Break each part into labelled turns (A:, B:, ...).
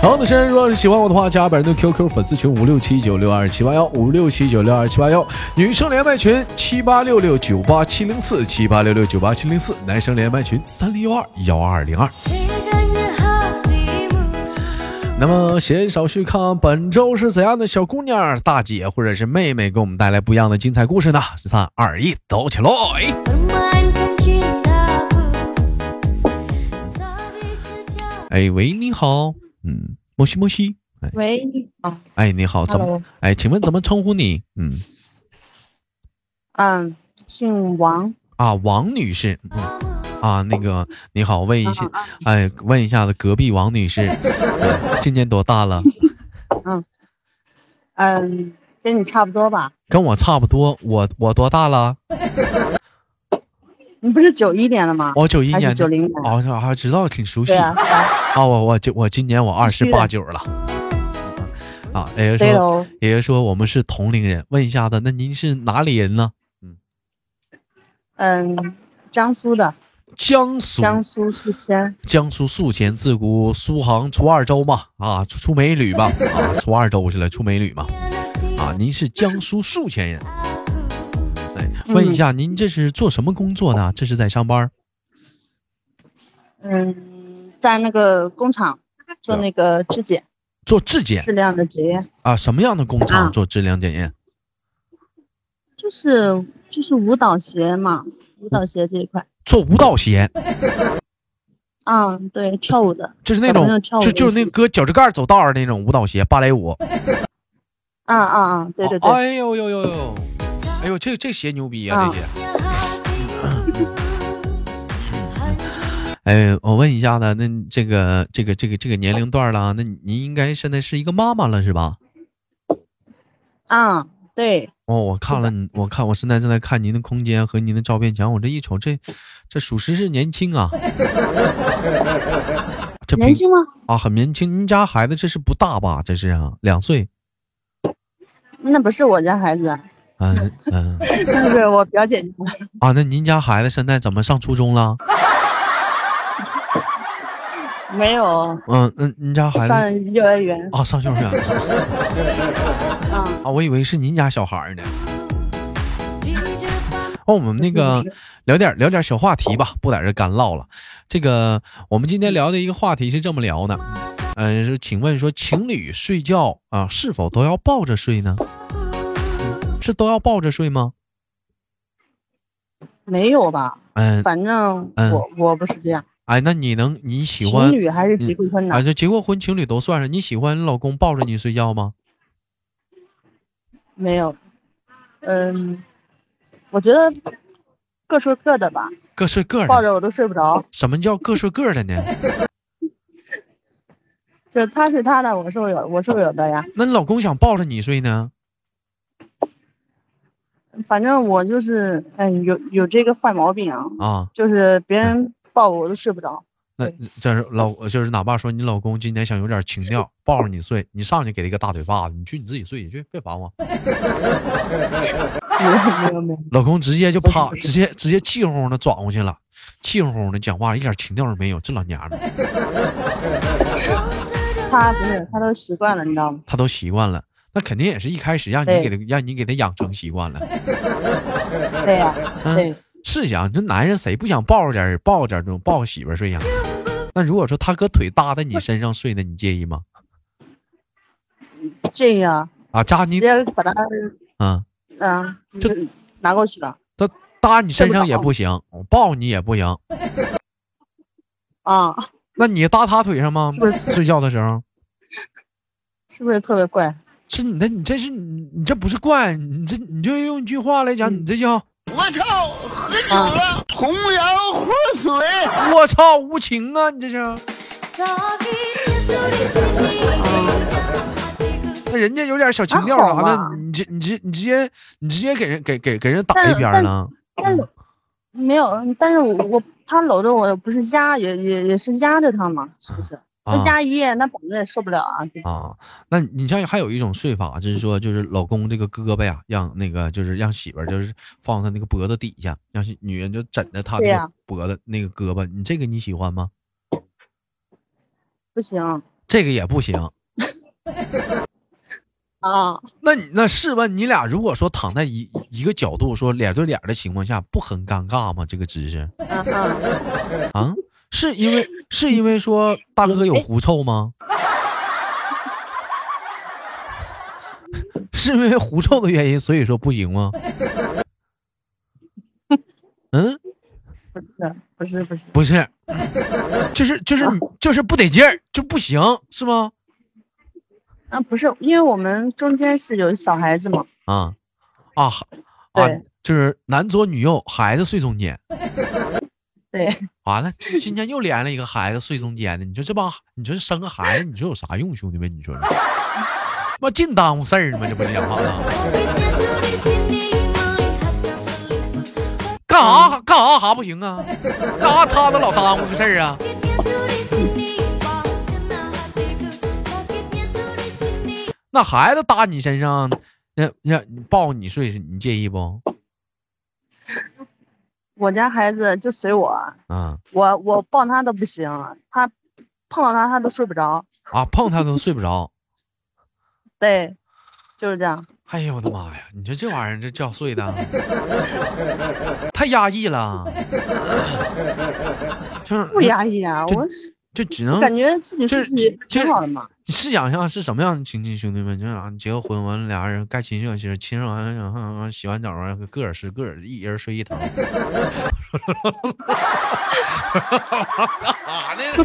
A: 好的，生日，如果是喜欢我的话，加本人的 QQ 粉丝群五六七九六二七八幺五六七九六二七八幺，女生连麦群七八六六九八七零四七八六六九八七零四，男生连麦群三零幺二幺二零二。那么闲少叙，看本周是怎样的小姑娘、大姐或者是妹妹给我们带来不一样的精彩故事呢？三二一，走起来！哎喂，你好，嗯，莫西莫西，
B: 喂，你好
A: 哎你好，怎么？
B: ，Hello，
A: 哎，请问怎么称呼你？嗯，
B: 嗯，姓王，
A: 啊，王女士，嗯，啊，那个你好，问
B: 啊
A: 一下，哎，问一下子隔壁王女士，嗯今年多大了？
B: 嗯，跟你差不多吧？
A: 跟我差不多，我我多大了？
B: 你不是九一年的吗？
A: 我九一
B: 还是
A: 年的，
B: 90年
A: 哦，还知道挺熟悉
B: 对啊，
A: 啊，我我就我今年我二十
B: 是
A: 八九了。啊，爷爷
B: 对
A: 说，
B: 喽，
A: 爷爷说我们是同龄人。问一下子，那您是哪里人呢？
B: 嗯，江苏的，
A: 江苏，
B: 江苏宿迁，
A: 江苏宿迁，自古苏杭出二州嘛，啊，出出美女嘛，啊，出二州去了，出美女嘛，啊，您是江苏宿迁人。哎，问一下，您这是做什么工作呢？这是在上班儿？
B: 嗯，在那个工厂做
A: 啊
B: 那个质检，
A: 做质检
B: 质量的检验，
A: 啊？什么样的工
B: 啊
A: 厂做质量检验？
B: 就是就是舞蹈鞋嘛，舞蹈鞋这一块，
A: 做舞蹈鞋，
B: 嗯，对，跳舞的，
A: 就是那
B: 小朋友
A: 种，
B: 跳舞
A: 就
B: 的
A: 就是那
B: 鞋
A: 搁脚趾盖儿走道儿那种舞蹈鞋，芭蕾舞。
B: 嗯嗯嗯，对对
A: 啊
B: 对，
A: 哎呦呦呦呦，哎呦，这这鞋牛逼呀、
B: 啊
A: 这鞋。哎，我问一下呢，那这个这个这个这个年龄段儿啦，那你您应该现在是一个妈妈了是吧？
B: 嗯，对，
A: 哦，我看了你，我看我现在正在看您的空间和您的照片墙，我这一瞅，这这属实是年轻 啊，这
B: 年
A: 平
B: 轻吗？
A: 啊很年轻。您家孩子这是不大吧？这是啊，两岁。
B: 那不是我家孩子，
A: 嗯嗯
B: 那是我 表姐家。
A: 啊，那您家孩子现在怎么上初中了？
B: 没有
A: 嗯，那您家孩子
B: 上幼儿园，
A: 啊，上幼儿园了
B: 嗯，
A: 啊，我以为是您家小孩儿呢。哦，我们那个
B: 不是
A: 聊点聊点小话题吧，不在这干唠了。这个我们今天聊的一个话题是这么聊的，嗯、是请问说情侣睡觉啊是否都要抱着睡呢？是都要抱着睡吗？
B: 没有吧？
A: 嗯、
B: 反正
A: 嗯
B: 我我不是这样，
A: 哎，那你能你喜
B: 情
A: 欢
B: 侣还是结过婚
A: 啊？
B: 的，
A: 就结过婚情侣都算上，你喜欢你老公抱着你睡觉吗？
B: 没有。嗯，我觉得各说各的吧，
A: 各睡各
B: 抱
A: 的。
B: 着我都睡不着，
A: 什么叫各睡各的呢？
B: 就是他睡他的，我睡我我睡我的呀。
A: 那你老公想抱着你睡呢？
B: 反正我就是嗯，有有这个坏毛病啊，
A: 啊，
B: 就是别人抱我我都睡不着。
A: 那就是老呃就是哪怕说你老公今天想有点情 调，抱着你睡，你上去给他一个大腿巴子，你去你自己睡去，别烦我。
B: 没有没有没有，
A: 老公直接就
B: 不是
A: 啪，
B: 不是
A: 直接直接气哄哄的转过去了，气哄哄的讲话，一点情调都没有。这老娘们儿
B: 他不是他都习惯了，你知道吗？
A: 她都习惯了，那肯定也是一开始让你
B: 对
A: 给他让你给他养成习惯了。
B: 对呀、
A: 嗯，
B: 对，
A: 试想，你说男人谁不想抱着点儿抱着点儿这种抱个媳妇儿睡呀？那如果说他搁腿搭在你身上睡呢，你介意吗？
B: 这样
A: 啊，扎
B: 直
A: 你
B: 接把他
A: 啊，
B: 嗯，就是拿过去了
A: 他搭你身
B: 睡不
A: 上也
B: 着
A: 不行，抱你也不行。
B: 啊，
A: 那你搭他腿上吗
B: 是？不是
A: 睡觉的时候，
B: 是不是特别怪？
A: 是你那，你这是你你这不是怪你这，你就用一句话来讲，
B: 嗯
A: 你这叫
C: 我操，喝酒了，崇洋浑水。
A: 我操无情啊！你这是，那人家有点小情调
B: 还
A: 啥
B: 好
A: 的
B: 吧，
A: 你直你直你直接你直接给人给给给人打一边儿了。
B: 但是没有，但是我我他搂着我不是压，也也也是压着他嘛，是不是？那
A: 啊
B: 压一夜，那膀子也受不了啊。对
A: 啊，那你像还有一种睡法，就是说就是老公这个胳膊呀，让那个就是让媳妇儿就是放他那个脖子底下，让媳女人就枕着他
B: 对
A: 那
B: 呀
A: 个脖子、那个胳膊，你这个你喜欢吗？
B: 不行
A: 这个也不行。
B: 啊，
A: 那你那试问你俩如果说躺在一一个角度说脸对脸的情况下，不很尴尬吗？这个姿势
B: 嗯嗯，
A: 啊，是因为是因为说大哥有狐臭吗？ 是因为狐臭的原因，所以说不行吗？嗯，
B: 不是不是
A: 不
B: 不是，
A: 是，就是就是就是不得劲儿，就不行，是吗？
B: 啊不是，因为我们中间是有小孩子嘛，
A: 啊啊啊
B: 对，
A: 就是男左女右，孩子睡中间。
B: 对，
A: 完了，这今天又连了一个孩子睡中间的，你说这帮，你说生个孩子，你说有啥用，兄弟们，你说这，妈净耽误事儿吗？这不啊讲话了，干啥干啥啥不行啊？干啥他都老耽误个事儿啊？那孩子搭你身上，那那你抱你睡，你介意不？
B: 我家孩子就随我，
A: 啊
B: 我我抱他都不行，啊他碰到他他都睡不着，
A: 啊，碰他都睡不着。
B: 对，就是这样，
A: 哎呀，我的妈呀！你说这玩意儿这觉睡的，太压抑了，就是
B: 不压抑啊，
A: 这
B: 我是
A: 就只能
B: 感觉自己
A: 这
B: 是自己
A: 这
B: 挺好的嘛，
A: 你试想象是什么样的情境，兄弟们，就是啊，结个婚完了，俩人该亲热亲热，亲热完了，哼完洗完澡完了，各人是各人，一人睡一头。 干啥呢？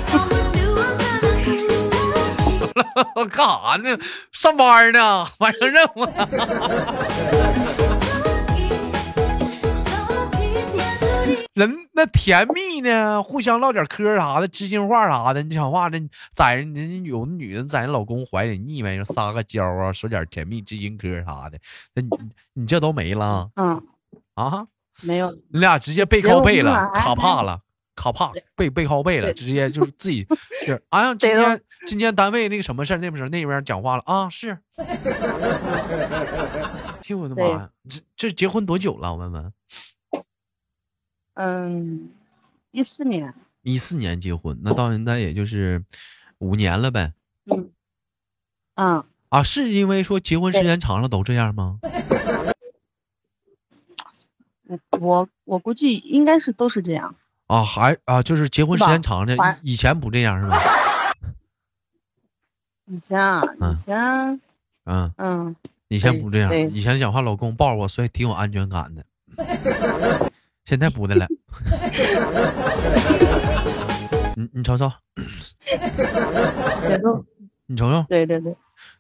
A: 干啥呢？上班呢？完成任务了。人那甜蜜呢，互相唠点嗑啥的，知心话啥的，你讲话这在人人家有的女人在人老公怀里腻歪，撒个娇啊，说点甜蜜知心嗑啥的，那你你这都没了
B: 嗯，
A: 啊？
B: 没有，
A: 你俩直接背
B: 结了
A: 靠背
B: 婚
A: 了
B: 了，
A: 卡
B: 还
A: 怕了，卡怕背背靠背了，
B: 对
A: 直接就是自己就是，哎呀，今
B: 对了
A: 天今天单位那个什么事儿，那边儿那边儿讲话了啊，是， 哎
B: 嗯，
A: 呦我的妈
B: 对
A: 呀，这这结婚多久了？我问问，
B: 嗯，一四年，
A: 一四年结婚，
B: 哦
A: 那到现在也就是五年了呗。
B: 嗯，嗯，
A: 啊，是因为说结婚时
B: 对
A: 间长了都这样吗？
B: 我我我估计应该是都是这样，
A: 啊，还啊，就是结婚
B: 是
A: 时
B: 吧
A: 间长了
B: 还，
A: 以以前不这样是吧？
B: 以前啊，
A: 嗯
B: 以前，
A: 嗯，
B: 嗯，
A: 以前
B: 对
A: 不这样
B: 对，
A: 以前讲话老公抱着我，所以挺有安全感的。 现在不的了。你你瞅瞅，嗯
B: 也都
A: 你瞅瞅，
B: 对对对，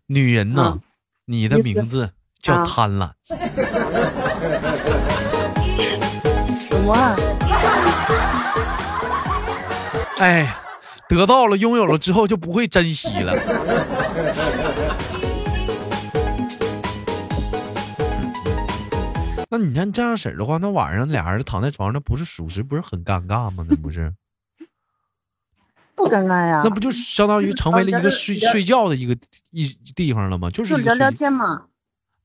A: 女人呐，
B: 嗯
A: 你的
B: 意思
A: 名字叫
B: 啊
A: 贪婪。
B: 什么啊？
A: 哎，得到了、拥有了之后就不会珍惜了。那你看这样式儿的话，那晚上俩人躺在床上，那不是属实，不是很尴尬吗？那不是，
B: 不啊尴尬呀
A: 那，不就相当于成为了一
B: 聊
A: 个
B: 聊
A: 睡
B: 聊
A: 睡觉的一个一地方了吗？就是
B: 就
A: 一个睡
B: 聊聊天嘛，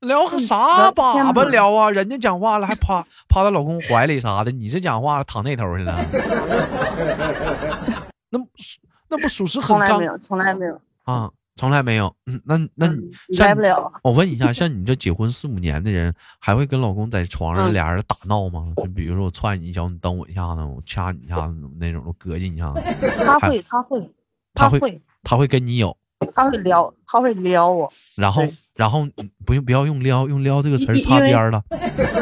A: 聊个
B: 嗯
A: 啥
B: 聊天
A: 粑粑
B: 嘛
A: 聊啊？人家讲话了还趴趴在老公怀里啥的，你这讲话躺那头去了， 那不是那不属实很
B: 从来
A: 尴
B: 没有，从来没有，
A: 啊，从来没有。嗯，那那你
B: 嗯
A: 像
B: 来
A: 你
B: 不了，
A: 我问一下，像你这结婚四五年的人，还会跟老公在床上
B: 嗯
A: 俩人打闹吗？就比如说我踹你一脚，你蹬我一下子，我掐你一下子那种，我膈应你一下子，
B: 他会，他会，
A: 他会
B: 会，
A: 他会跟你有，
B: 他会撩，他会撩我，
A: 然后
B: 对
A: 然后嗯不用不要用撩，用撩这个词儿
B: 因
A: 擦
B: 因为啊
A: 边儿了，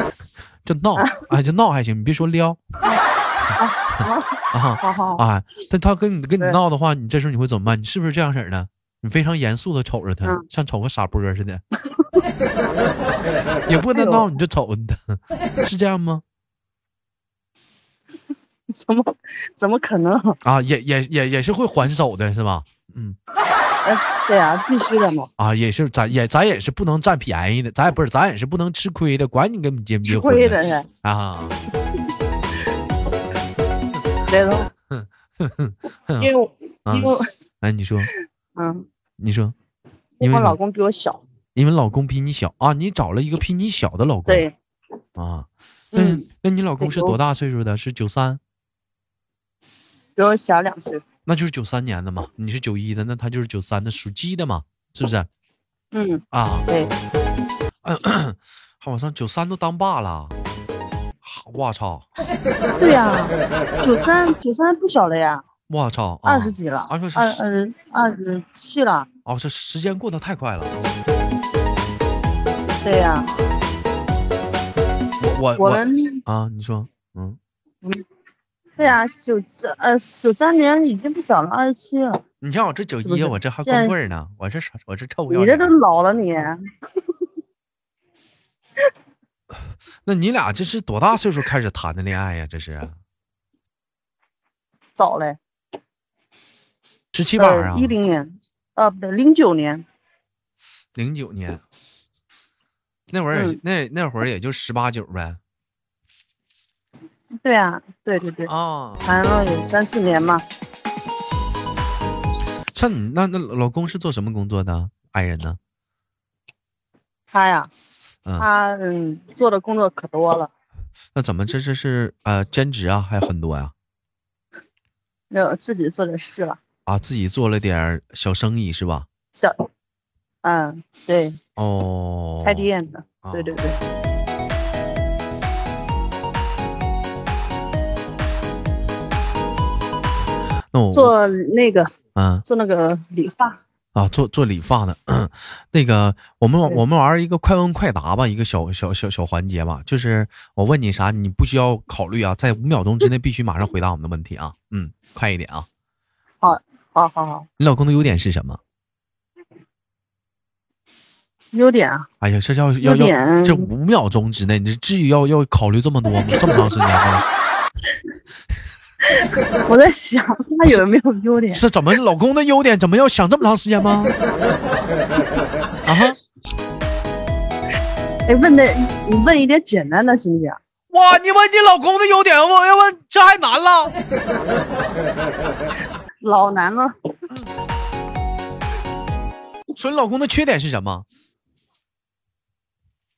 A: 就闹哎就闹还行，你别说撩 啊
B: 好好，
A: 啊，但他跟你跟你
B: 对
A: 闹的话，你这时候你会怎么办？你是不是这样式儿的？你非常严肃的瞅着他，
B: 嗯
A: 像瞅个傻波儿似 的，也不跟他
B: 哎
A: 闹，
B: 呦
A: 你就瞅着他，是这样吗？
B: 怎么怎么可能？
A: 啊，也也也也是会还手的是吧？嗯，
B: 对啊，必须的嘛，
A: 啊，也是咱也咱也是不能占便宜的，咱也不是咱也是不能吃亏的，管你跟你结不结
B: 吃
A: 婚
B: 亏
A: 呢
B: 的是，
A: 啊。
B: 觉得，因为我
A: 啊
B: 因为我
A: 哎，你说，
B: 嗯，
A: 你说，因
B: 因
A: 为
B: 为我
A: 你
B: 老公比我小，
A: 因为老公比你小啊，你找了一个比你小的老公，
B: 对，
A: 啊，那、
B: 嗯，
A: 那你老公
B: 对
A: 是
B: 我
A: 多大岁数的？是九三，
B: 比我小两岁，
A: 那就是九三年的嘛。你是九一的，那他就是九三的，属鸡的嘛，是不是
B: 嗯，
A: 啊？
B: 对，
A: 好，我上九三都当爸了，哈我操，
B: 对呀，九三九三不小了呀，
A: 我操，啊
B: 二十几了，
A: 二十
B: 二
A: 是
B: 二二十七了，
A: 啊！这时间过得太快了，
B: 对呀，
A: 我
B: 我
A: 我
B: 们
A: 啊，你说，嗯，
B: 对呀，九四呃九三年已经不小了，二十七了，
A: 你像我这九
B: 是不
A: 一，啊
B: 是
A: 我这还
B: 现在
A: 光棍儿呢，我这啥我这臭不要
B: 你这
A: 脸
B: 都。老了你，
A: 那你俩这是多大岁数开始谈的恋爱呀？这是
B: 早嘞，
A: 十七八啊
B: 呃，一零年，呃不对，零九年，
A: 零九年，那会儿也
B: 嗯
A: 那那会儿也就十八九呗
B: 对呀，对对对，
A: 啊。
B: 谈了有三四年嘛，
A: 像你那那老公是做什么工作的？爱人呢？
B: 他呀，
A: 嗯，
B: 他嗯做的工作可多了。
A: 那怎么这这是呃兼职啊，还有很多呀、
B: 没有自己做的事了。
A: 啊？自己做了点儿小生意是吧？
B: 小，嗯，对，
A: 哦，
B: 开店的，
A: 啊
B: 嗯对对对，
A: 啊那我
B: 做那个
A: 嗯
B: 做那个理发，
A: 啊做做理发的， 那个我们玩
B: 对
A: 我们玩一个快问快答吧，一个小小小小环节吧，就是我问你啥，你不需要考虑啊，在五秒钟之内必须马上回答我们的问题啊，嗯，快一点啊。
B: 好好好，
A: 你老公的优点是什么？
B: 优点啊，
A: 哎呀，这要要要
B: 优点
A: 这五秒钟之内，你这至于要要考虑这么多吗？这么长时间啊吗？
B: 我在想他有没有优点，
A: 这怎么老公的优点怎么要想这么长时间吗？啊哈！
B: 哎，问的你问一点简单的行不行？
A: 哇，你问你老公的优点，我要问这还难了。
B: 老难了，
A: 说你老公的缺点是什么？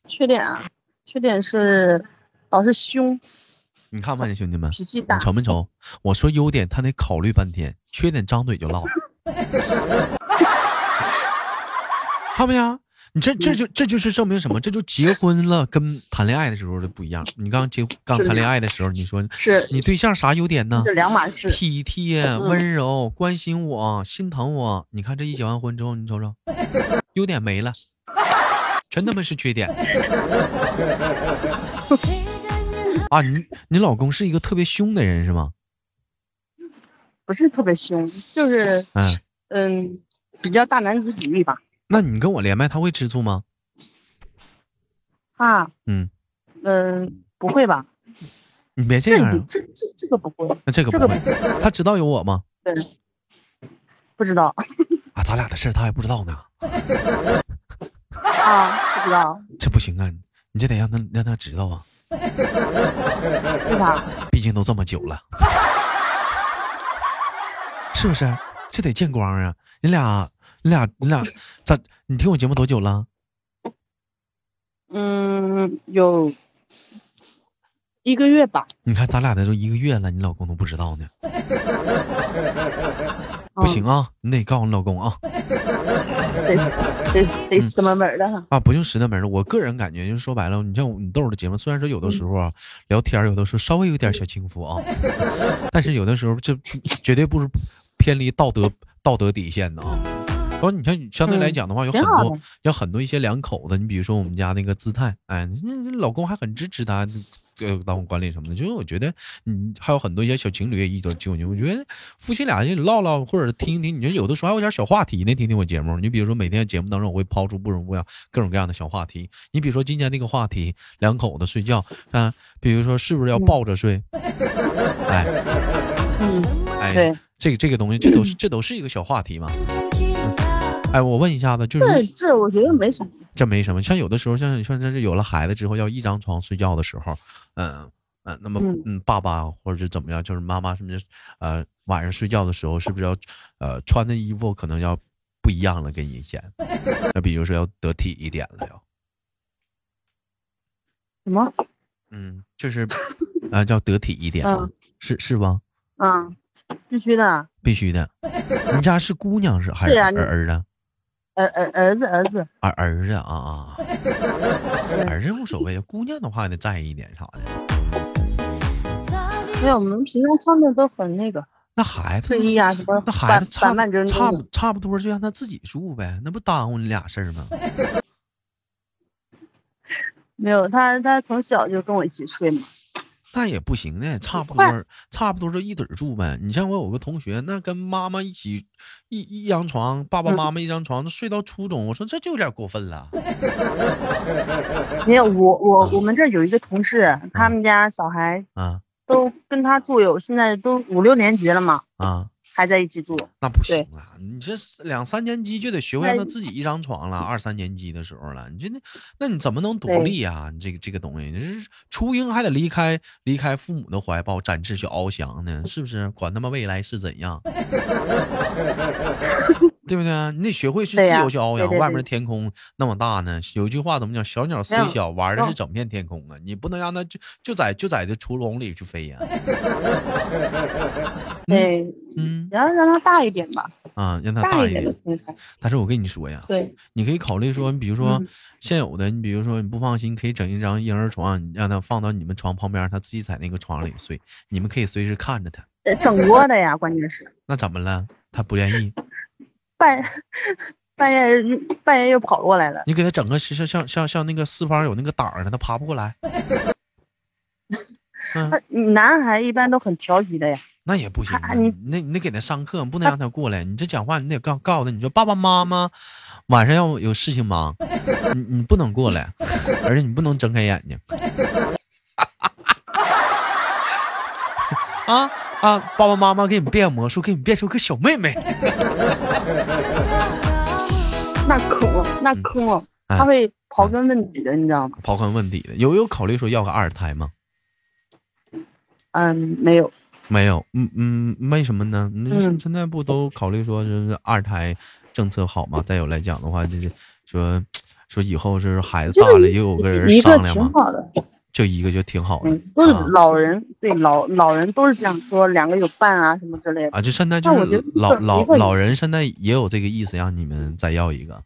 B: 缺点啊，缺点是老是凶，
A: 你看吧，你兄弟们，
B: 脾气
A: 你
B: 大，
A: 瞅没瞅？我说优点，他得考虑半天；缺点张嘴就唠，看没呀？你这这就这就是证明什么？这就结婚了跟谈恋爱的时候的不一样。你刚结刚
B: 是的
A: 谈恋爱的时候，你说
B: 是
A: 你啊对象啥优点呢
B: 是？两码事，
A: 体贴、
B: 嗯
A: 温柔、关心我、心疼我。你看这一结完婚之后，你瞅瞅，优点没了，全他妈是 缺点。啊，你你老公是一个特别凶的人是吗？
B: 不是特别凶，就是
A: 嗯，
B: 嗯，比较大男子主义吧，
A: 那你跟我连麦，他会吃醋吗？
B: 啊，
A: 嗯，
B: 嗯，不会吧？
A: 你别这
B: 这
A: 样
B: 一
A: 啊
B: 点，这这这个不会，
A: 那这个
B: 这
A: 不
B: 个
A: 会。他知道有我吗？
B: 不知道
A: 啊，咱俩的事儿他还不知道呢，
B: 啊，不知道
A: 这不行啊！你这得让他让他知道啊，
B: 为啥？
A: 毕竟都这么久了， 是不是？这得见光啊！你俩，你俩，你俩，咋？你听我节目多久了？
B: 嗯，有一个月吧。
A: 你看咱俩的都一个月了，你老公都不知道呢。不行啊，你得告诉你老公啊
B: 嗯， 得得
A: 嗯
B: 得什么门儿的哈？
A: 啊！不用实那门儿，我个人感觉就是说白了，你像我们豆儿的节目，虽然说有的时候啊、聊天儿，有的时候稍微有点小轻浮啊，但是有的时候这绝对不是偏离道德道德底线的啊。然后你像相对来
B: 嗯
A: 讲的话，有
B: 挺
A: 很
B: 好
A: 多
B: 的
A: 有很多一些两口子，你比如说我们家那个姿态，哎，嗯老公还很支持她。呃，当管理什么的，就是我觉得，嗯，还有很多一些小情侣也一起进去。我觉得夫妻俩就唠唠，或者听一听，你说有的时候还有点小话题呢，听听我节目。你比如说每天节目当中，我会抛出不同不一样、各种各样的小话题。你比如说今天那个话题，两口子睡觉，啊，比如说是不是要
B: 嗯
A: 抱着睡？哎，
B: 嗯，
A: 哎，
B: 对，
A: 这个这个东西，这都是这都是一个小话题嘛。哎，我问一下子，就是
B: 这这我觉得没啥。
A: 这没什么，像有的时候，像像这是有了孩子之后要一张床睡觉的时候，嗯，嗯、那么
B: 嗯
A: 嗯，爸爸或者是怎么样，就是妈妈是不是呃晚上睡觉的时候是不是要呃穿的衣服可能要不一样了，跟以 前，那比如说要得体一点了要，
B: 什么？
A: 嗯，就是啊、要得体一点了，
B: 嗯
A: 是是吧？
B: 嗯，必须的。
A: 必须 的。你家是姑娘是还是
B: 对呀啊
A: 儿
B: 你
A: 儿子？
B: 儿儿儿子儿子，
A: 儿儿子啊 啊，啊儿子无所谓，姑娘的话得在意一点啥的。
B: 没有，我们平常穿的都很那个，
A: 那孩子
B: 睡衣啊什么
A: 那孩
B: 板
A: 子差
B: 板板正
A: 不差
B: 正
A: 不
B: 的
A: 差不多就让他自己住呗，那不耽误你俩事儿吗？
B: 没有他他从小就跟我一起睡嘛。
A: 那也不行的，差不
B: 快
A: 多差不多就一堆儿住呗。你像我有个同学，那跟妈妈一起一一张床，爸爸
B: 嗯
A: 妈妈一张床，都睡到初中，我说这就有点过分了。
B: 没有，我我我们这儿有一个同事，他们家小孩
A: 啊
B: 都跟他住有，现在都五六年级了嘛，
A: 啊，
B: 还在一起住。
A: 那不行
B: 对
A: 啊！你这是两三年级就得学会
B: 那
A: 让他自己一张床了，二三年级的时候了，你这那那你怎么能独
B: 对
A: 立呀、你这个这个东西，你是初婴还得离开离开父母的怀抱，展翅去翱翔呢，是不是？管他妈未来是怎 样，对不对啊？你得学会去自
B: 对呀
A: 由去翱
B: 对
A: 翔，
B: 对
A: 外
B: 对
A: 面的天空那么大呢。有句话怎么讲？小鸟虽
B: 没有哦
A: 小，玩的
B: 没
A: 是
B: 有
A: 整片天空啊！你不能让它就就在就在这橱笼里去 飞呀、
B: 对，
A: 嗯
B: 然后让他大一点吧，
A: 啊，让它
B: 大
A: 大
B: 一
A: 一
B: 点的
A: 点。
B: 平台。
A: 但是我跟你说呀，
B: 对，
A: 你可以考虑说，你比如说
B: 嗯
A: 现有的，你比如说你不放心，可以整一张婴儿床，你让他放到你们床旁边，他自己在那个床里睡，你们可以随时看着他。
B: 呃整窝的呀，关键是
A: 那怎么了？他不愿意，
B: 半半夜半夜又跑过来了。
A: 你给他整个是像像像像那个四方有那个挡儿呢，他爬不过来。嗯，
B: 他男孩一般都很调皮的呀，
A: 那也不行啊，
B: 他你
A: 那你得给他上课，不能让他过来。你这讲话你得告告诉他，你说爸爸妈妈晚上要有事情忙，你你不能过来，而且你不能睁开眼睛。 啊啊！爸爸妈妈给你变魔术，给你变出个小妹妹。
B: 那坑哦，那
A: 嗯
B: 坑哦，
A: 哎
B: 他会刨根问底的，你知道吗？
A: 刨根问底的，有有考虑说要个二胎吗？
B: 嗯，没有，
A: 没有，嗯嗯，为什么呢？那就是
B: 嗯
A: 现在不都考虑说就是二胎政策好吗？再有来讲的话，就是说说以后就是孩子大了也有个人
B: 一个
A: 商量嘛
B: 挺，好的。
A: 就一个就挺好的
B: 嗯，都是
A: 啊
B: 老人，对老老人都是这样说，两个有伴啊什么之类的。
A: 啊。就现在就
B: 那我觉
A: 是
B: 得
A: 老
B: 一个
A: 老
B: 一个
A: 老人现在也有这个意思，让你们再要一个。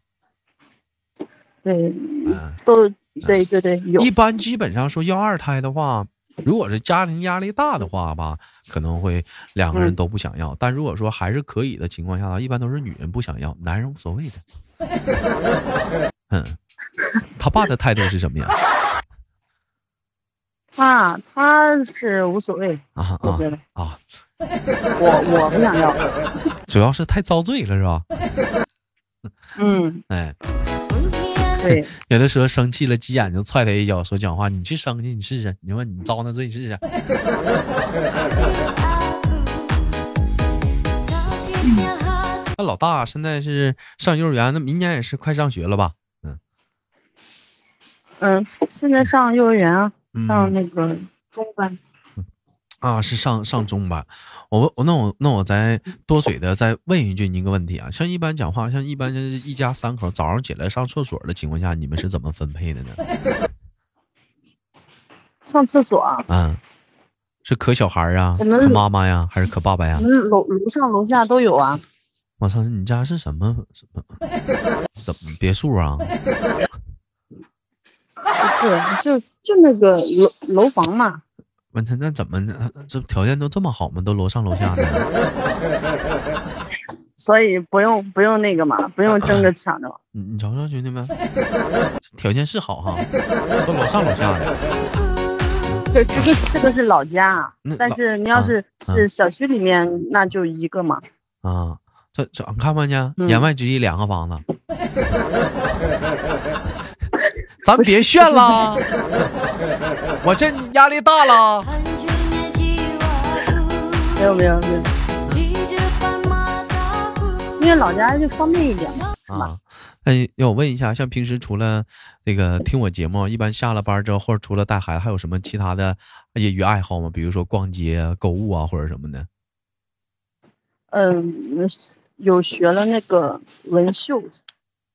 B: 对，
A: 嗯，
B: 都对对对有
A: 一般基本上说要二胎的话，如果是家庭压力大的话吧，可能会两个人
B: 嗯
A: 都不想要。但如果说还是可以的情况下，一般都是女人不想要，男人无所谓的。 嗯，他爸的态度是什么样
B: 他，他是无所谓，
A: 啊
B: 我
A: 啊
B: 觉得
A: 啊！
B: 我我不想要。
A: 主要是太遭罪了是吧？
B: 嗯，
A: 哎，
B: 对，
A: 有的时候生气了，鸡眼睛踹他一脚，说讲话，你去生去，你试试，你说你遭那罪试试。那老大现在是上幼儿园，那明年也是快上学了吧？
B: 嗯，现在上幼儿园啊，
A: 嗯，
B: 上那个中班。
A: 啊，是上上中班。我问我那我那我再多嘴的再问一句您一个问题啊，像一般讲话，像一般就是一家三口早上起来上厕所的情况下，你们是怎么分配的呢？
B: 上厕所啊，
A: 嗯，是可小孩儿啊，
B: 我们
A: 可妈妈呀，还是可爸爸呀
B: 我？们楼楼上楼下都有啊。
A: 我操，你家是什么什么怎么别墅啊？
B: 不是，就就那个楼楼房嘛。
A: 我操，那怎么呢这条件都这么好吗？都楼上楼下的，
B: 所以不用不用那个嘛，不用争着抢着嘛。
A: 你你瞅瞅兄弟们，条件是好哈，都楼上楼下的。
B: 这这个是这个是老家啊
A: 那，
B: 但
A: 老
B: 是你要是
A: 嗯
B: 是小区里面，那就一个嘛。
A: 啊，这这你看没见？
B: 嗯
A: 言外之意，两个房 子。咱别
B: 不是
A: 炫了，我这压力大了。
B: 没有没有没有，因为老家就方便一点嘛。
A: 啊，哎，要我问一下，像平时除了那个听我节目，一般下了班之后，或者除了带孩子，还有什么其他的业余爱好吗？比如说逛街啊、购物啊，或者什么的？
B: 嗯，有学了那个纹绣，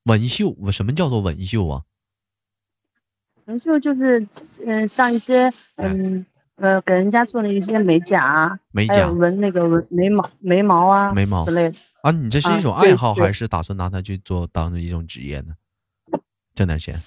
A: 纹绣，我什么叫做纹绣啊？
B: 纹绣就是嗯，像一些嗯呃，给人家做的一些美甲啊，
A: 美
B: 还
A: 甲
B: 有、纹那个纹眉毛、眉毛啊
A: 眉毛
B: 之类的。
A: 啊？你这是一种
B: 啊对
A: 爱好，
B: 对
A: 还是打算拿它去做当做一种职业呢？挣点钱。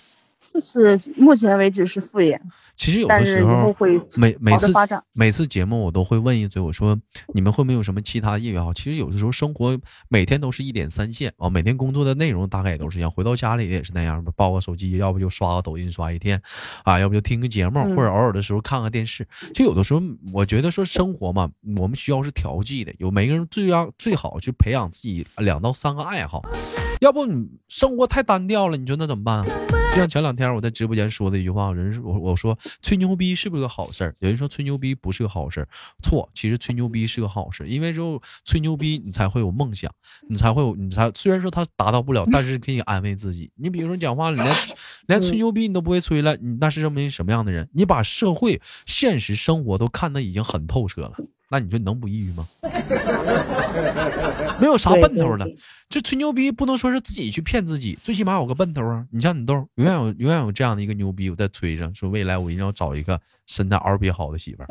B: 就是目前为止是副业，
A: 其实有
B: 但
A: 的
B: 是
A: 时
B: 以
A: 候
B: 后会
A: 每每
B: 朝着
A: 次
B: 发展
A: 每次节目我都会问一嘴，我说你们会没有什么其他业余爱好？其实有的时候生活每天都是一点三线啊，每天工作的内容大概也都是一样，回到家里也是那样，抱个手机，要不就刷个抖音刷一天，啊，要不就听个节目，
B: 嗯
A: 或者偶尔的时候看看电视。就有的时候我觉得说生活嘛，我们需要是调剂的，有每个人最要最好去培养自己两到三个爱好，要不你生活太单调了，你说那怎么办啊、就像前两天我在直播间说的一句话，有人说我我说吹牛逼是不是个好事儿？有人说吹牛逼不是个好事儿，错，其实吹牛逼是个好事儿，因为只有吹牛逼你才会有梦想，你才会有你才虽然说他达到不了，但是可以安慰自己。你比如说讲话，你连连
B: 嗯
A: 吹牛逼你都不会吹了，你那是证明什么样的人？你把社会、现实生活都看得已经很透彻了，那你说你能不抑郁吗？没有啥
B: 对
A: 奔
B: 对
A: 头了
B: 对。
A: 这吹牛逼不能说是自己去骗自己，最起码有个奔头啊！你像你豆儿，永远有永远有这样的一个牛逼，我在吹上说未来我一定要找一个身材嗷比好的媳妇儿。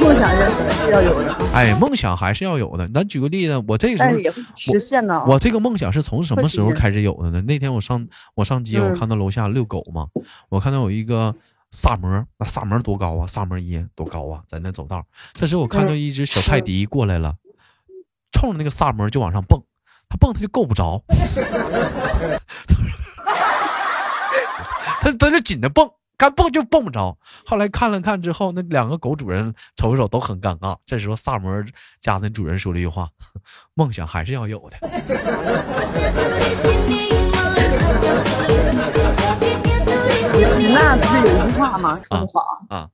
B: 梦想是是要有的，
A: 哎，梦想还是要有的。咱举个例子，我这个时
B: 但
A: 候
B: 是也会实现的啊。
A: 我这个梦想是从什么时候
B: 会实现
A: 开始有的呢？那天我上我上街，
B: 嗯
A: 我看到楼下遛狗嘛，我看到有一个萨摩，那萨摩多高啊？萨摩耶多高啊？在那走道，这时候我看
B: 嗯
A: 到一只小泰迪过来了，冲着那个萨摩就往上蹦，他蹦他就够不着， 他他就紧着蹦。干蹦就蹦不着，后来看了看之后，那两个狗主人瞅瞅都很尴尬。这时候萨摩家那主人说了一句话：“ 梦想还是要有的。”
B: 那不是有一句话吗？说的好，
A: 啊，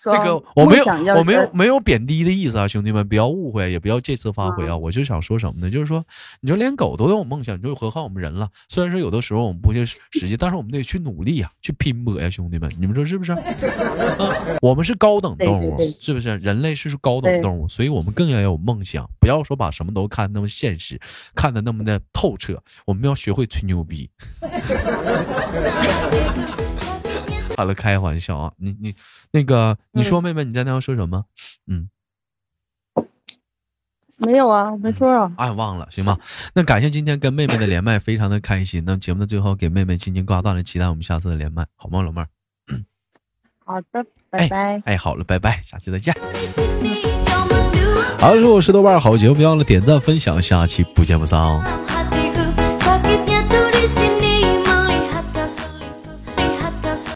B: 说
A: 那个我没有
B: 梦想要
A: 我没有
B: 呃
A: 没有贬低的意思啊，兄弟们不要误会，也不要借此发挥啊。我就想说什么呢？就是说，你说连狗都有梦想，你就何况我们人了？虽然说有的时候我们不去实际，但是我们得去努力呀、啊去拼搏呀、兄弟们，你们说是不是？啊，我们是高等动物，
B: 对对对
A: 是不是？人类是高等动物，所以我们更要有梦想，不要说把什么都看那么现实，看的那么的透彻。我们要学会吹牛逼。 好了，开玩笑啊！你你那个，你说妹妹，你在那要说什么？嗯，
B: 没有啊，我没说啊。
A: 哎，忘了，行吧。那感谢今天跟妹妹的连麦，非常的开心。那节目的最后给妹妹轻轻挂断了，期待我们下次的连麦，好吗，老妹儿？
B: 好的，拜拜。
A: 哎，好了，拜拜，下期再见。好了，我是豆瓣儿好节目，别忘了点赞分享，下期不见不散哦。
D: Hatiku sakit